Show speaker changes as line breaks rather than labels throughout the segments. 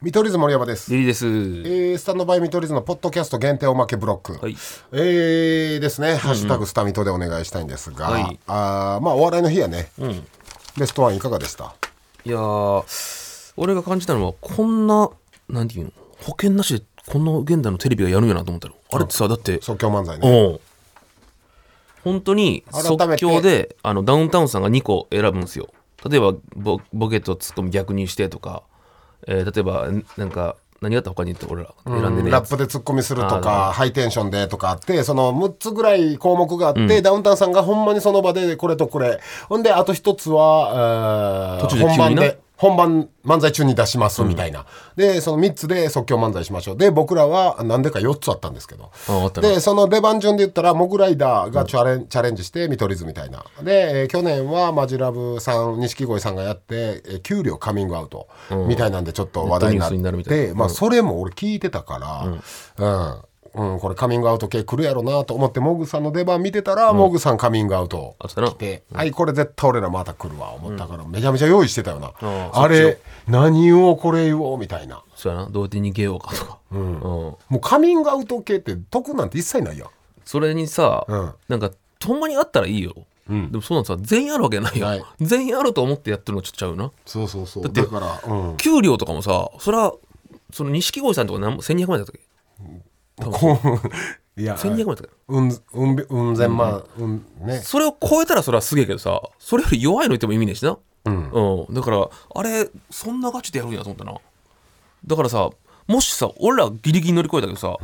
見取り図森山です、
リリーです。
えースタンドバイ見取り図のポッドキャスト限定おまけブロック、
はい。
えーですね、ハッシュタグスタミトでお願いしたいんですが、
はい
あーまあお笑いの日やね、ベストワンいかがでした
いやー、俺が感じたのは、こんな、なんていうの、保険なしで、こんな現代のテレビがやるんやなと思ったの。あれってさ、だって、
即興漫才ね
うん。本当に
改めて
即興であのダウンタウンさんが2個選ぶんですよ。例えばボボケとツッコミ逆にしてとか、えー例えばんなんか何があった他に言って俺ら選んでね
ラップでツッコミするとか
あ
ハイテンションでとかあってその6つぐらい項目があって、ダウンタウンさんがほんまにその場でこれとこれほんであと一つは、えー
途中で急
本番
にな
で本番漫才中に出しますみたいな、でその3つで即興漫才しましょうで僕らは何でか4つあったんですけど
ああったな
でその出番順で言ったらモグライダーがチャレン,、チャレンジして見取り図みたいなで、えー去年はマジラブさん錦鯉さんがやって、えー給料カミングアウトみたいなんでちょっと話題になって、
ネットニュースになるみたいな
まあ、それも俺聞いてたから、うんうんこれカミングアウト系来るやろなと思ってモグさんの出番見てたら、モグさんカミングアウト
あったな
来て、はいこれ絶対俺らまた来るわ思ったから、めちゃめちゃ用意してたよな、
ん
あれ何をこれ言おうみたいな
そうやなどうやって逃げようかとか、うん
もうカミングアウト系って得なんて一切ないやん
それにさ、
うん
なんかほんまにあったらいいよ、でもそうなんさ全員あるわけないや
なんい
全員あると思ってやってるのちょっとちゃうよな
そうそうそう
だって
から、うん、
給料とかもさそれはその錦鯉さんとか何1200万円だったっけ
こういや
1200万円だったっけ
うんうんべうん千万うんね
それを超えたらそれはすげえけどさそれより弱いのいても意味ねえしなうん、だからあれそんなガチでやるんやと思ったなだからさもしさ俺らギリギリ乗り越えたけどさ、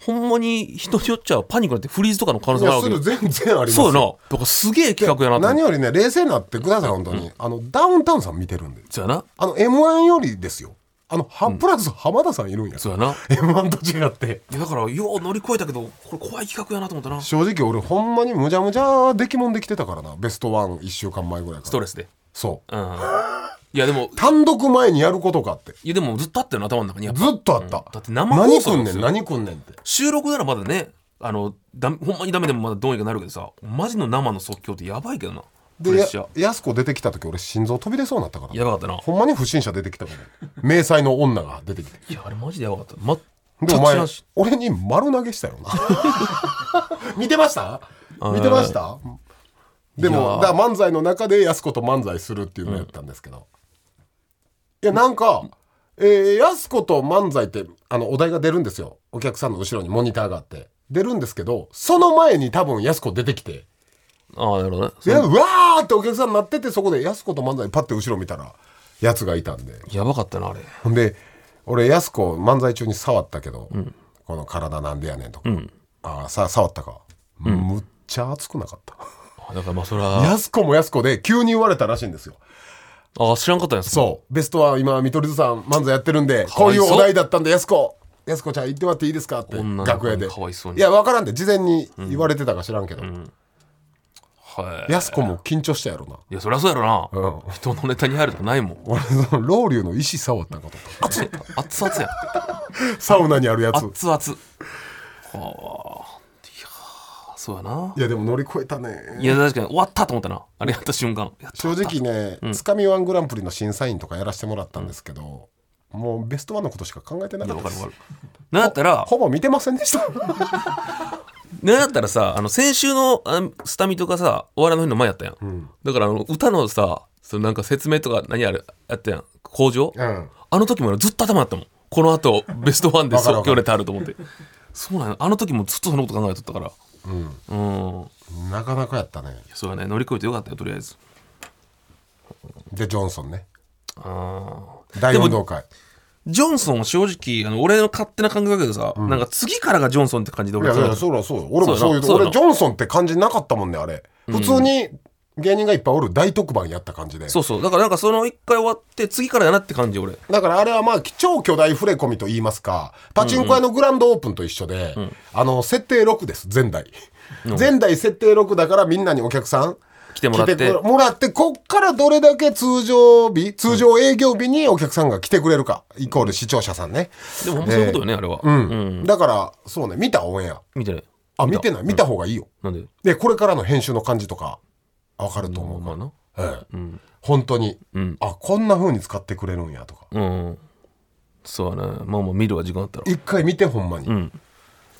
ほんまに人によっちゃパニックになってフリーズとかの可能
い
性もあ
や
るわ
す
け
る
よ
全然あります
そうよなだからすげえ企画やなと思
何
って
よりね冷静になってください本当に、あのダウンタウンさん見てるんで
そうやな
あの m 1よりですよあのはプラス浜田さんいるんや、
そうやな
m 1と違って
いやだからよう乗り越えたけどこれ怖い企画やなと思ったなス
正直俺ほんまにむじゃむじゃできもんできてたからなベストワン1週間前ぐらいから
トレスで
そう
うんいやでも
単独前にやることかって
いやでもずっとあったよな頭の中にやっぱ
ずっとあった、
だって生放送
何くん
で
ね
す
ん
よ
何くんねんって
収録ならまだねあのだほんまにダメでもまだどうにかなるけどさマジの生の即興ってやばいけどな
で
プレ
や
ッシャー
やす子出てきた時俺心臓飛び出そうになったから
やばかったな
ほんまに不審者出てきたから迷彩の女が出てきて
いやあれマジでやばかった全
で
く
お
知ら
前
んし
俺に丸投げしたよな 見てました見てましたでもだから漫才の中でやす子と漫才するっていうのやったんですけど、いやなんか、えー、やす子と漫才ってあのお題が出るんですよお客さんの後ろにモニターがあって出るんですけどその前に多分やす子出てきて
ああなるほどね
でうわーってお客さんになっててそこでやす子と漫才パッて後ろ見たらやつがいたんで
やばかったなあれ
ほんで俺やす子漫才中に触ったけど、この体なんでやねんとか、ああさ触ったか、むっちゃ熱くなかった
あだからまあそれは
やす子もやす子で急に言われたらしいんですよ
あ知らんかったんやつ
そうベストは今見取り図さん漫才やってるんで
か
こう
わ
い
いそう
うお題だったんでやす子やす子ちゃん行ってもらっていいですかって
女の子に
楽屋で
かわいそうに
や分からんで事前に言われてたか知らんけど、
はい
やす子も緊張したやろない
やそりゃそうやろな、
うん
人のネタに入るとかないもん
俺そのロウリュウの石触ったこと
熱い熱々や
サウナにあるやつ
熱々はあいやーそうやない
やでも乗り越えたね
いや確かに終わったと思ったなあれやっ た瞬間やった
正直ねつかみワングランプリの審査員とかやらせてもらったんですけど、もうベストワンのことしか考えてなかったで
わかる
す
わかるなんだったら
ほぼ見てませんでした
なんだったらさあの先週のあスタミとかさお笑いの日の前やったやん、だからあの歌のさそのなんか説明とか何あれやったやん工 場、
うん
あの時もずっと頭だったもんこの後ベストワンで
わかるわ
即
かる
興ネタあると思ってそうなんやあの時もずっとそのこと考えとったからうん、うん、
なかなかやったね
そうやね乗り越えてよかったよとりあえず
でジョンソンね
ああ
大運動会
ジョンソンは正直、あの俺の勝手な感覚だけどさ、なんか次からがジョンソンって感じで
い
俺
やいや
は
そうだそうだ俺もそういう
そうだ
俺
な
ジョンソンって感じなかったもんねあれ普通に芸人がいっぱいおる大特番やった感じで、
そうそう。だからなんかその一回終わって次からやなって感じ俺。
だからあれはまあ超巨大触れ込みと言いますかパチンコ屋のグランドオープンと一緒で、あの設定6です前代前代設定6だからみんなにお客さん
来てもらって
来くもらってこっからどれだけ通常日通常営業日にお客さんが来てくれるか、イコール視聴者さんね
でもほんまそういうことよね、あれは。う
うん、。だからそうね見たオンエア
みたいな。
あ見てない見た方がいいよ、
なんで
でこれからの編集の感じとか分かると思う、
まあな。
ええ本当に、あこんな風に使ってくれるんやとか
うん。そうやねまあまあ見るわ時間あったら
一回見てほんまに、
ん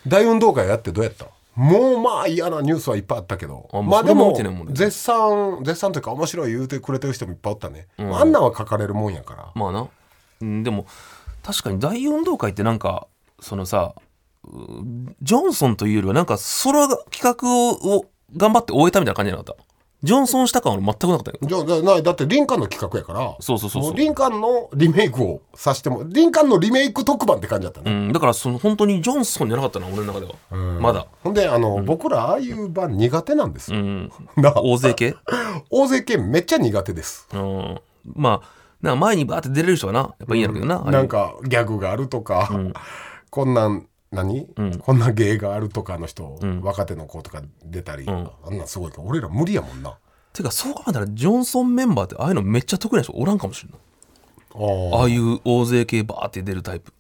大運動会やってどうやったもうまあ嫌なニュースはいっぱいあったけど
あもう
まあで
それも
も
見てないもんね
絶賛絶賛というか面白い言うてくれてる人もいっぱいおったね、あんなんは書かれるもんやから
まあなうんでも確かに大運動会ってなんかそのさうんジョンソンというよりはなんかその企画をを頑張って終えたみたいな感じじゃなかったジョンソンした感は全くなかったよ
じゃあだだだってリンカーンの企画やから
そうそうそうそう
もリンカーンのリメイクをさしてもリンカーンのリメイク特番って感じだったね、
うん、だからその本当にジョンソンじゃなかったな俺の中ではまだ、
ほんであの、僕らああいう場苦手なんです
う
よ、
ん、
な
大勢系、
大勢系めっちゃ苦手です
うん、まあなんか前にバーって出れる人はなやっぱいいんやろうけどな、あれ
なんかギャグがあるとか、こんなん何、こんな芸があるとかの人、若手の子とか出たり、あんなんすごいけど俺ら無理やもんな
てかそう考えたらジョンソンメンバーってああいうのめっちゃ得意な人おらんかもしれないああいう大勢系バーって出るタイプ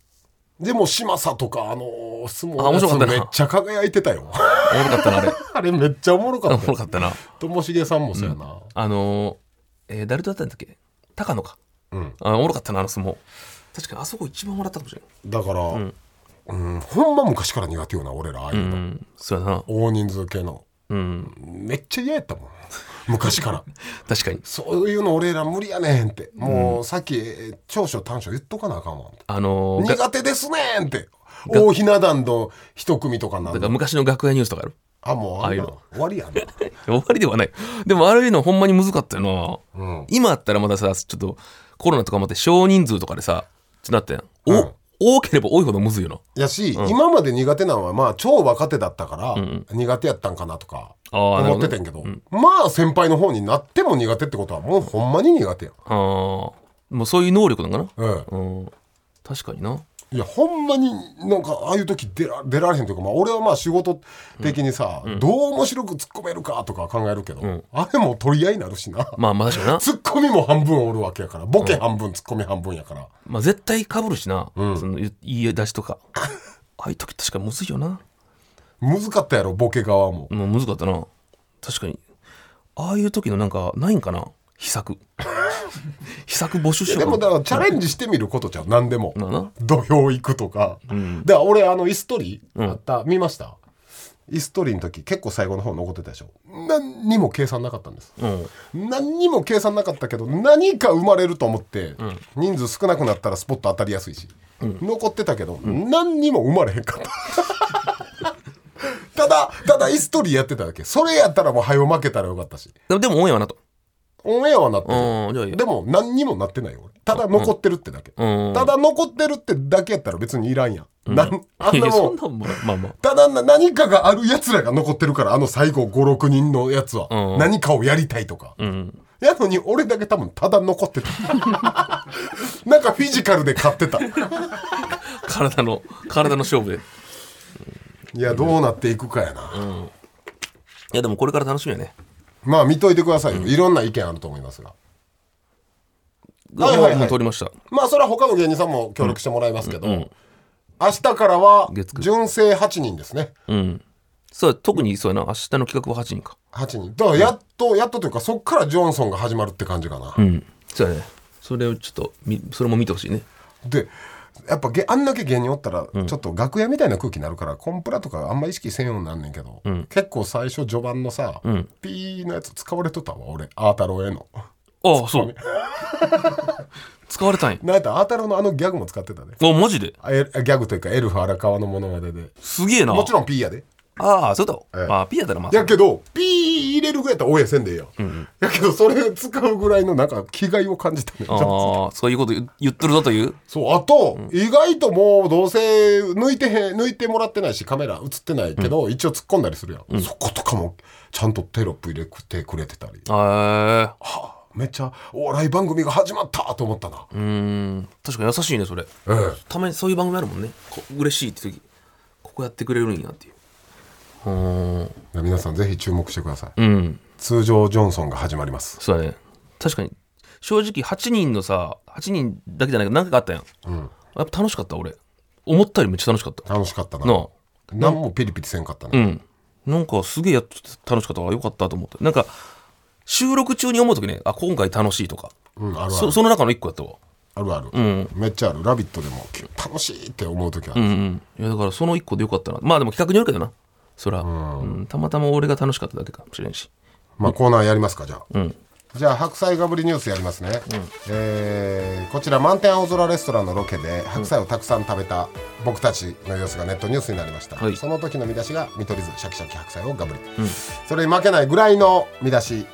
でも嶋佐とかあの相撲
あ面白かったな
めっちゃ輝いてたよ
おもろかったなあれ
あれめっちゃおもろかっ
おも
た
ろ
よ
かったな
ともしげさんもそうやな、
あのーえー誰とやったんだっけ高野か、
ん
あおもろかったなあの相撲確かにあそこ一番もらったかもしれない
だから、うんほんま昔から苦手よな俺らああいう
う
の、
んそうやな
大人数系の、めっちゃ嫌やったもん昔から
確かに
そういうの俺ら無理やねんってもうさっきえー長所短所言っとかなあかんわって
あのーがだか
苦手ですねんって大ひな壇の一組とかなん
ら
だ
昔の楽屋ニュースとかある
あもうあんな
あ
の終わりやんな
終わりではないでもあれのほんまに難かったよな、
うん
今あったらまださちょっとコロナとかもあって少人数とかでさってなったやんお、
うん
多ければ多いほどむずいよな
やし、今まで苦手なのはまあ超若手だったから、苦手やったんかなとか
あー
思って
な
て
る
んけどまあ先輩の方になっても苦手ってことはもうほんまに苦手やん、
あーもうそういう能力なんかな
うん、
うん確かにない
やほんまになんかああいう時出ら出られへんというか、まあ、俺はまあ仕事的にさ、どう面白く突っ込めるかとか考えるけど、あれも取り合いになるしな
まあまあ確かにな、
ツッコミも半分おるわけやからボケ半分、ツッコミ半分やから
まあ、絶対かぶるしな、その言い出しとかああいう時確かむずいよな
難かったやろボケ側も
もう難かったな確かにああいう時のなんかないんかな秘策 秘策募集しよう
で
かな
もだからチャレンジしてみることじゃん何でも
まあな
土俵行くとか、だから俺あの椅子取りあった、見ました椅子取りの時結構最後の方残ってたでしょ何にも計算なかったんです
うん
何にも計算なかったけど何か生まれると思って、人数少なくなったらスポット当たりやすいし、残ってたけど、何にも生まれへんか った。ただただ椅子取りやってただけそれやったらもう早う負けたらよかったし
でもでもオンエアはなと
オンエアはなってる
うんじゃあいいや
でも何にもなってないよ俺ただ残ってるってだけ、
うん
ただ残ってるってだけやったら別にいらんやん、なんあん
い
な
やそ
も
ん
ん
なんもまあまあ
ただな何かがあるやつらが残ってるからあの最後56人のやつは、
うん
何かをやりたいとか、
うん
やのに俺だけ多分ただ残ってた なんかフィジカルで勝ってたい
体の体の勝負でい
やどうなっていくかやな、
やでもこれから楽しみやね
まあ見といてくださいよ、いろんな意見あると思いますがはいはいはい
もうもう通りました
まあそれは他の芸人さんも協力してもらいますけど、明日からは
月九
純正8人ですね
うんそう特にそうやな明日の企画は8人か
8人だからやっと、やっとというかそっからジョンソンが始まるって感じかな、
うんそうやねそれをちょっとみそれも見てほしいね
でやっぱげあんだけ芸人おったらちょっと楽屋みたいな空気になるから、コンプラとかあんま意識せんようになんねんけど、結構最初序盤のさ、ピーのやつ使われとったわ俺アータローへの
ああそう 使われたんや
なんやったらアータローのあのギャグも使ってたね
あマジで
あエルギャグというかエルフ荒川のものまでです
げえな
もちろんピーやで
ああそうだ、
ええ
まあピアだらまあ
やけどピー入れるぐらいやったらおえせんでええやん、やけどそれ使うぐらいのなんか気概を感じたね
ああそういうこと言言っとるぞという
そう、あと、意外ともう、どうせ、抜いてへん、抜いてもらってないし、カメラ映ってないけど、一応突っ込んだりするやん。そことかも、ちゃんとテロップ入れてくれてたり。
へえ
はあ、めっちゃ、お笑い番組が始まったと思ったな。
うん確かに優しいねそれ
え
たまにそういう番組あるもんねこ嬉しいって時ここやってくれるんやっていううーん
え皆さん、ぜひ注目してください。
うん
通常ジョンソンが始まります。
そうだね確かに正直8人のさ8人だけじゃないけど何回かあったやん、やっぱ楽しかった俺思ったよりめっちゃ楽しかった
楽しかったな。
なあ
なんもピリピリせんかったな。
うんなんかすげえやってて楽しかったからよかったと思ってなんか収録中に思う時ねあ今回楽しいとか、
うん、あるあ
そ
る。
その中の1個やったわ
ああるある、
ん
めっちゃある「ラビット!」でもき楽しいって思う時は、
うんうんいやだからその一個でよかったなまあでも企画によるけどなそら、うん、たまたま俺が楽しかっただけかもしれんし
まあコーナーやりますかじゃあ、
ん
じゃあ白菜がぶりニュースやりますね、えーこちら満天青空レストランのロケで白菜をたくさん食べた僕たちの様子がネットニュースになりました、
はい
その時の見出しが見取り図シャキシャキ白菜をガブリ、それに負けないぐらいの見出し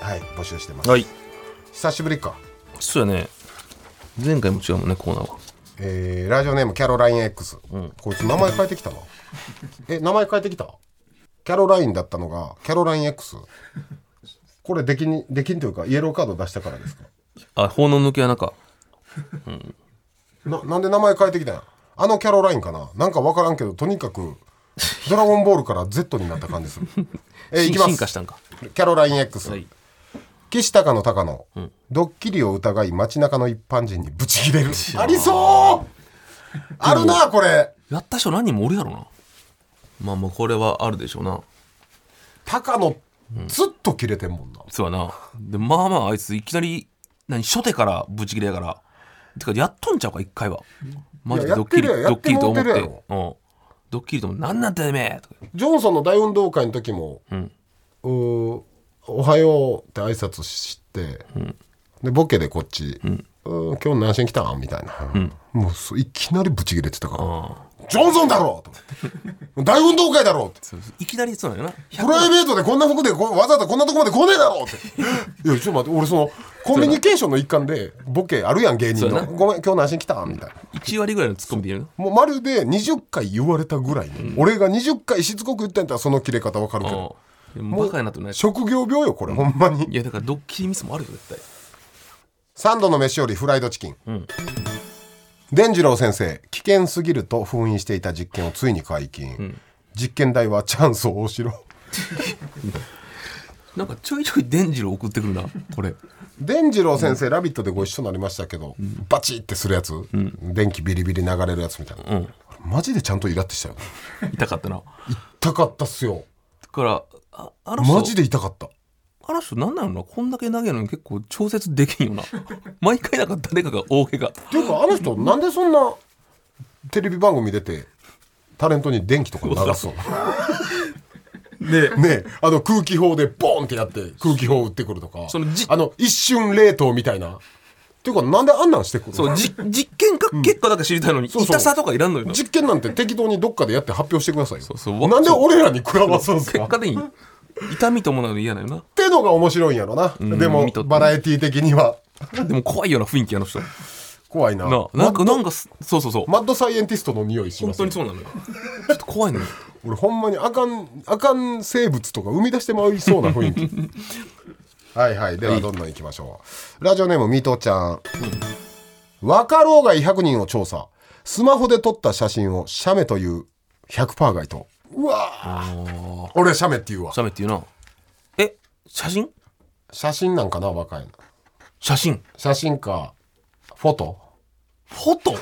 はい募集してます、
はい
久しぶりか
そうやね前回も違うもんねコーナーは
えーラジオネームキャロライン X、こいつ名前変えてきたなえ名前変えてきたキャロラインだったのがキャロライン X これできんできんというかイエローカード出したからですか
あ法の抜け穴か
ななんで名前変えてきたんやあのキャロラインかななんか分からんけどとにかく「ドラゴンボール」から Z になった感じす るえい
進
きま
進
す
化したんか
キャロライン X、
はい
岸高野高野、ドッキリを疑い街中の一般人にブチギレるありそうあるなこれ
やった人何人もおるやろなまあまあこれはあるでしょうな
高野ずっと切れてんもんな、
そうやなでまあまああいついきなり何初手からブチ切れやからてかやっとんちゃうか一回はマジでドッキリ
いやや
ド
っ
ッ
て
キ
る
リ
よ
と思って
やってもうてる
うんドッキリと思って「何なんてめえ!」とか
ジョンソンの大運動会の時も「
ん
うーおはよう」って挨拶して、でボケでこっち「うーん今日何しに来たん?」みたいな、もうそいきなりブチギレてたから「ジョンソンだろ!」と思って大運動会だろ!」って
そういきなりそうなんやな
プライベートでこんな服でこわざわざこんなとこまで来ねえだろう って。いや、ちょっと待って、俺その、コミュニケーションの一環で、ボケあるやん、芸人
そうや
の。
な
ごめん、今日何しに来たみたいな。
1割ぐらいのツッコミで言うな
もうまるで20回言われたぐらいの、俺が20回しつこく言ったんやったらその切れ方わかるけど
うんでもバカになってない
職業病よこれ、ほんま
い
に
やだからドッキリミスもあるよ絶対
サンドの飯よりフライドチキン、伝次郎先生危険すぎると封印していた実験をついに解禁、実験台はチャンス大城
なんかちょいちょい伝次郎送ってくるなこれ
伝次郎先生「ラビット!」でご一緒になりましたけど、バチってするやつ、電気ビリビリ流れるやつみたいな、マジでちゃんとイラってしたよ
痛かったな
痛かったっすよ
だからああの人
マジで痛かった
あの人なんなのなこんだけ投げるのに結構調節できんよな 毎回なんか誰かが大怪我
っていうかあの人なんでそんなテレビ番組出てタレントに電気とか流すの
で
ねえあの空気砲でボーンってやって空気砲打ってくるとか
そのじ
あの一瞬冷凍みたいなっていうかなんであんなんしてくる
そ
の
うじ実験か結果だけ知りたいのに、
うそう
痛さとかいらんのよな
実験なんて適当にどっかでやって発表してくださいよ
うそう
なんで俺らに食らわすんす
結
か
果的に痛み伴うの嫌だよ
ってのが面白いんやろな。でも
見とっ、て
バラエティー的には
なでも怖いような雰囲気あの人な
怖いな。
なんかなんかすそうそうそう
マッドサイエンティストの匂いし
本
ます
当。にそうなのよちょっと怖いのよ
俺ほんまにあかん、あかん生物とか生み出してまいそうな雰囲気。 はいはい。ではどんどん行きましょう。ラジオネーム、ミトちゃん。若老害100人を調査。スマホで撮った写真を写メという100%街と。うわぁ俺写メって言うわ。
写メっていうなえ写真
写真なんかな、若いの。
写真
写真か、フォト
フォトフ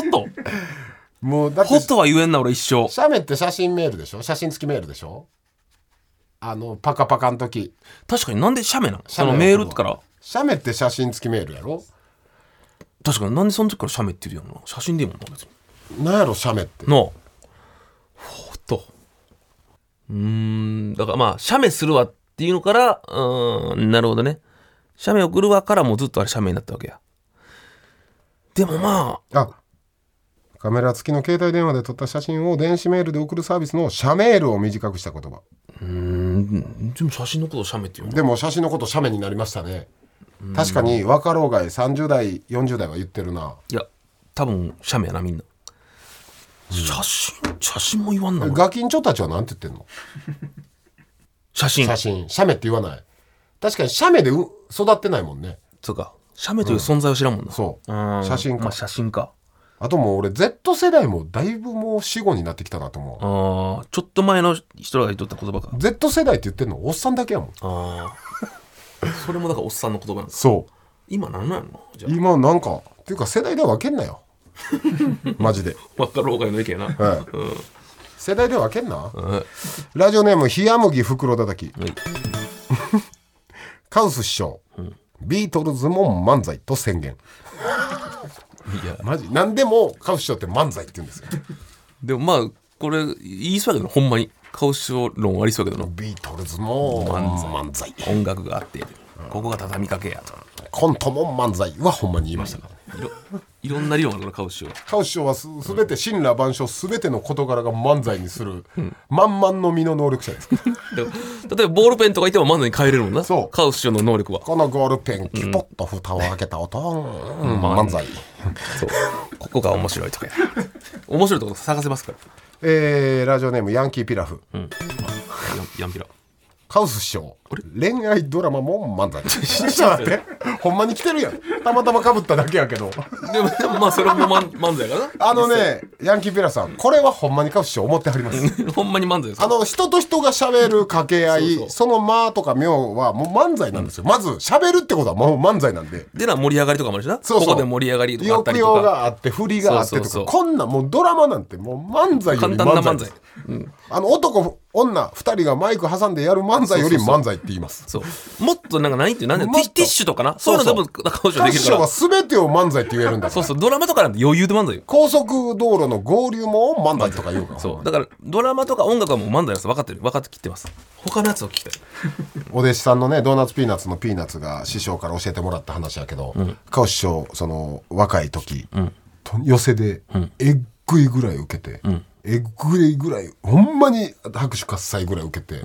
ォト
もうだって
フォトは言えんな俺一生
写メって写真メールでしょ写真付きメールでしょあのパカパカの時
確かになんで写メなの
写
そ
メ
のメールから
写メって写真付きメールやろ
確かになんでその時から写メって言うやんな写真でいいもんな別に
なんやろ写メって
なあフォトうーんだからまあ写メするわっていうのからうーんなるほどね写メ送るわからもうずっとあれ写メになったわけやでもまあ
あカメラ付きの携帯電話で撮った写真を電子メールで送るサービスの写メールを短くした言葉
うんでも写真のことを写メって言うの
でも写真のこと写メになりましたね確かに若老害30代40代は言ってるない
や多分写メやなみんな、写真写真も言わんな俺
ガキンチョたちはなんて言ってんの
写真
写真写メって言わない確かに写メでう育ってないもんね
そうか写メという存在を知らんもんな、
そう
ーん
写真か
まあ、写真か
あともう俺 Z 世代もだいぶもう死後になってきたなと思う
あーちょっと前の人らが言っとった言葉か
Z 世代って言ってんのおっさんだけやもん
ああそれもだからおっさんの言葉なんです
そ
今なんなんやろなじゃ
う今なんかっていうか世代で分けんな よマジで、
あ若老害の意見やな、
はい
うん
世代で分けんな
うん
ラジオネーム冷麦袋叩き、
い
カウス師匠、ビートルズも漫才と宣言
いや
マジ何でも各師匠って漫才って言うんですよ
でもまあこれ言いそうやけどほんまに顔師匠論ありそうやけどな
ビートルズも漫才漫才
音楽があってここが畳みかけやと
コントも漫才はほんまに言いましたからね
いろいろんな理論あるから顔師匠
カウ師匠はすすべて神羅万象すべての事柄が漫才にする、満々の身の能力者ですから
でも例えばボールペンとかいても漫才に変えれるもんな
そう
カウ師匠の能力は
このゴールペンキュポッと蓋を開けた音、うん漫才
そうここが面白いとかや面白いとこ探せますから
えーラジオネームヤンキーピラフ、
ヤンヤンピラ
カウス師匠恋愛ドラマも 漫才ちょっと待って ほんまに来てるやんたまたまかぶっただけやけど
でもでもまあそれも漫漫才やから
あのねヤンキーピラフさんこれはほんまにカウス師匠思ってはります
なほんまに漫才です
あの人と人が喋る掛け合いそ
そうそう
の「間」とか「妙」はもう漫才なんですよ、まず喋るってことはもう漫才なんで
でな盛り上がりとかもあるしな
そうそう
ここで盛り上がりとかあったり
抑
と
揚
か
があって振りがあってとか
そうそうそう
こんなもうドラマなんてもう漫才より
簡単な
漫才
漫
で
才
すあの男女2人がマイク挟んでやる漫才より漫才って言います
そうもっとなんか何て言うのなん
も
だ
っ
テ
と
ィティッシュとかなそういうの
そ
多
うそう
分顔師匠
歌
でき
手
るか
は
ら
全てを漫才って言えるんだか
そう
ら
そうドラマとかなんて余裕で漫才よ
高速道路の合流も漫才とか言うから
そうだからドラマとか音楽はもう漫才です分かってる分かってきてます他のやつを聞きたい
お弟子さんのねドーナツピーナッツのピーナッツが師匠から教えてもらった話やけど、カオ師匠その若い時、と寄せでえっぐいぐらい受けて、えっぐいぐらいほんまに拍手喝采ぐらい受けて、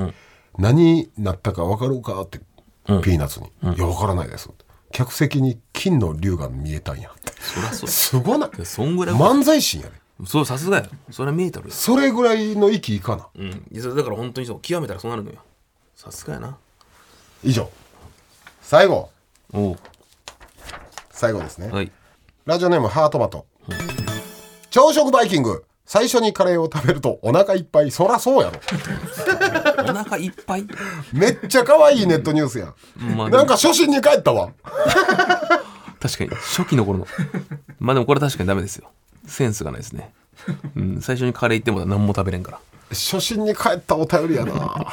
何なったか分かろうかって、ピーナッツに「いや分からないです」客席に金の竜が見えたんやって
そりゃそう
すごない
やそんぐらい
漫才師やね
そうさすがやそれは見えたるよ
それぐらいの域いかな
うんいやそれだから本当にそう極めたらそうなるのよさすがやな
以上最後
お
最後ですね、
はい
ラジオネームハートマト。朝食バイキング。最初にカレーを食べるとお腹いっぱい。そらそうやろ。
お腹いっ ぱい
めっちゃ可愛いネットニュースやん。
まあでも
なんか初心に帰ったわ。
確かに初期の頃のまあでもこれ確かにダメですよセンスがないですねうん最初にカレー行っても何も食べれんから
初心に帰ったお便りやな。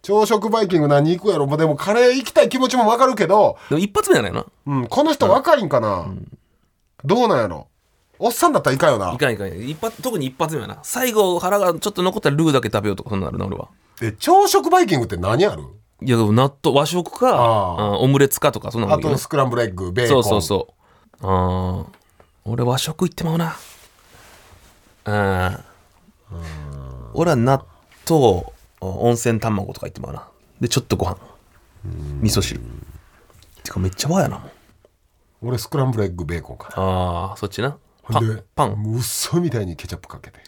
朝食バイキング何行くやろ。でもカレー行きたい気持ちもわかるけど、
でも一発目じゃないな。
うん、この人若いんかな。どうなんやろ。おっさんだったらいかんよない
かんいかん一発特に一発目はな最後腹がちょっと残ったらルーだけ食べようとかそんなのあるな俺は
え、朝食バイキングって何ある
いやでも納豆和食か
ああ
うんオムレツかとかそんなの
あ
もいいよ
と
ね
スクランブルエッグ、ベーコ
そ
ン。
うそうそうあー俺和食行ってまうなうん俺は納豆温泉卵とか行ってまうなでちょっとご飯味噌汁てかめっちゃ和やなもう
俺スクランブルエッグ、ベーコンかな。
あーそっちな
ほ
パ
ん
ン
で
パン
もう嘘みたいにケチャップかけて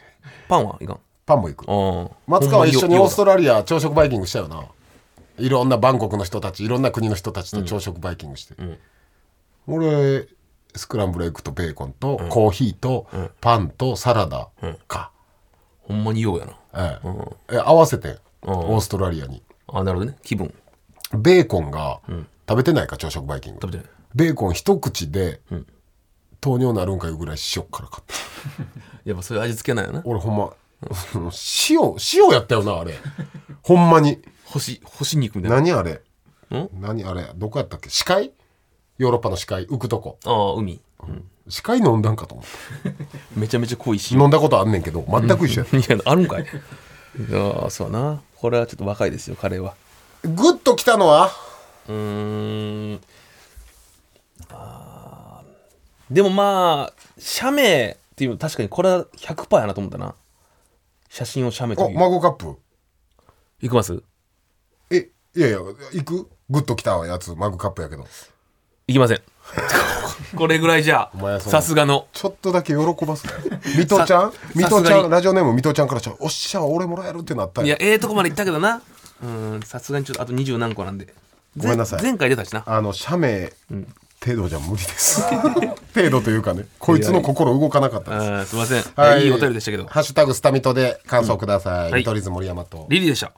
パンはいかん
パンもいく
うん
松川一緒に
ほんまよ
オーストラリア朝食バイキングしたよないろんなバンコクの人たちいろんな国の人たちと朝食バイキングして、俺スクランブルエッグとベーコンとコーヒーとパンとサラダか、
ほんまにようやな
えええ合わせてオーストラリアに
あーなるほどね気分
ベーコンが食べてないか朝食バイキング
食べてない
ベーコン一口で糖尿なるんかいうぐらい塩からかった
やっぱそういう味付けなんやな
俺ほんま塩塩やったよなあれほんまに
星星肉みたいな
何あれ
ん
何あれどこやったっけ司会ヨーロッパの司会浮くとこ
ああ海
司会飲んだんかと思っ
めちゃめちゃ濃いした
飲んだことあんねんけど全く一緒や
いや、あるんかい。いやーそうやな。これはちょっと若いですよ、カレーは。
グッときたのは
うーん。あーでもまあ、社名っていうの確かにこれは100%やなと思ったな。写真を社名と
お
いう。
孫カップ
いきます
えいやいや行くグッときたやつマグカップやけど
いきませ ん。これぐらいじゃ
お前は、そんな
さすがの。
ちょっとだけ喜ばすね 水戸ちゃん
さ
水
さ
戸
す
ちゃ
が
ん
に
ラジオネーム水戸ちゃんからしたらおっしゃ俺もらえるってなったん
い
や
や、ええとこまで行ったけどな。うーん、さすがにちょっとあと二十何個なんで。
ごめんなさい
ぜ前回出たしな。
あの社名程度じゃ無理です 程度というかねこいつの心動かなかったです
うんすいません、
はい
い。いお便りでしたけど。
ハッシュタグスタミトで感想ください。
はい
見取り図森山と。
リリーでした。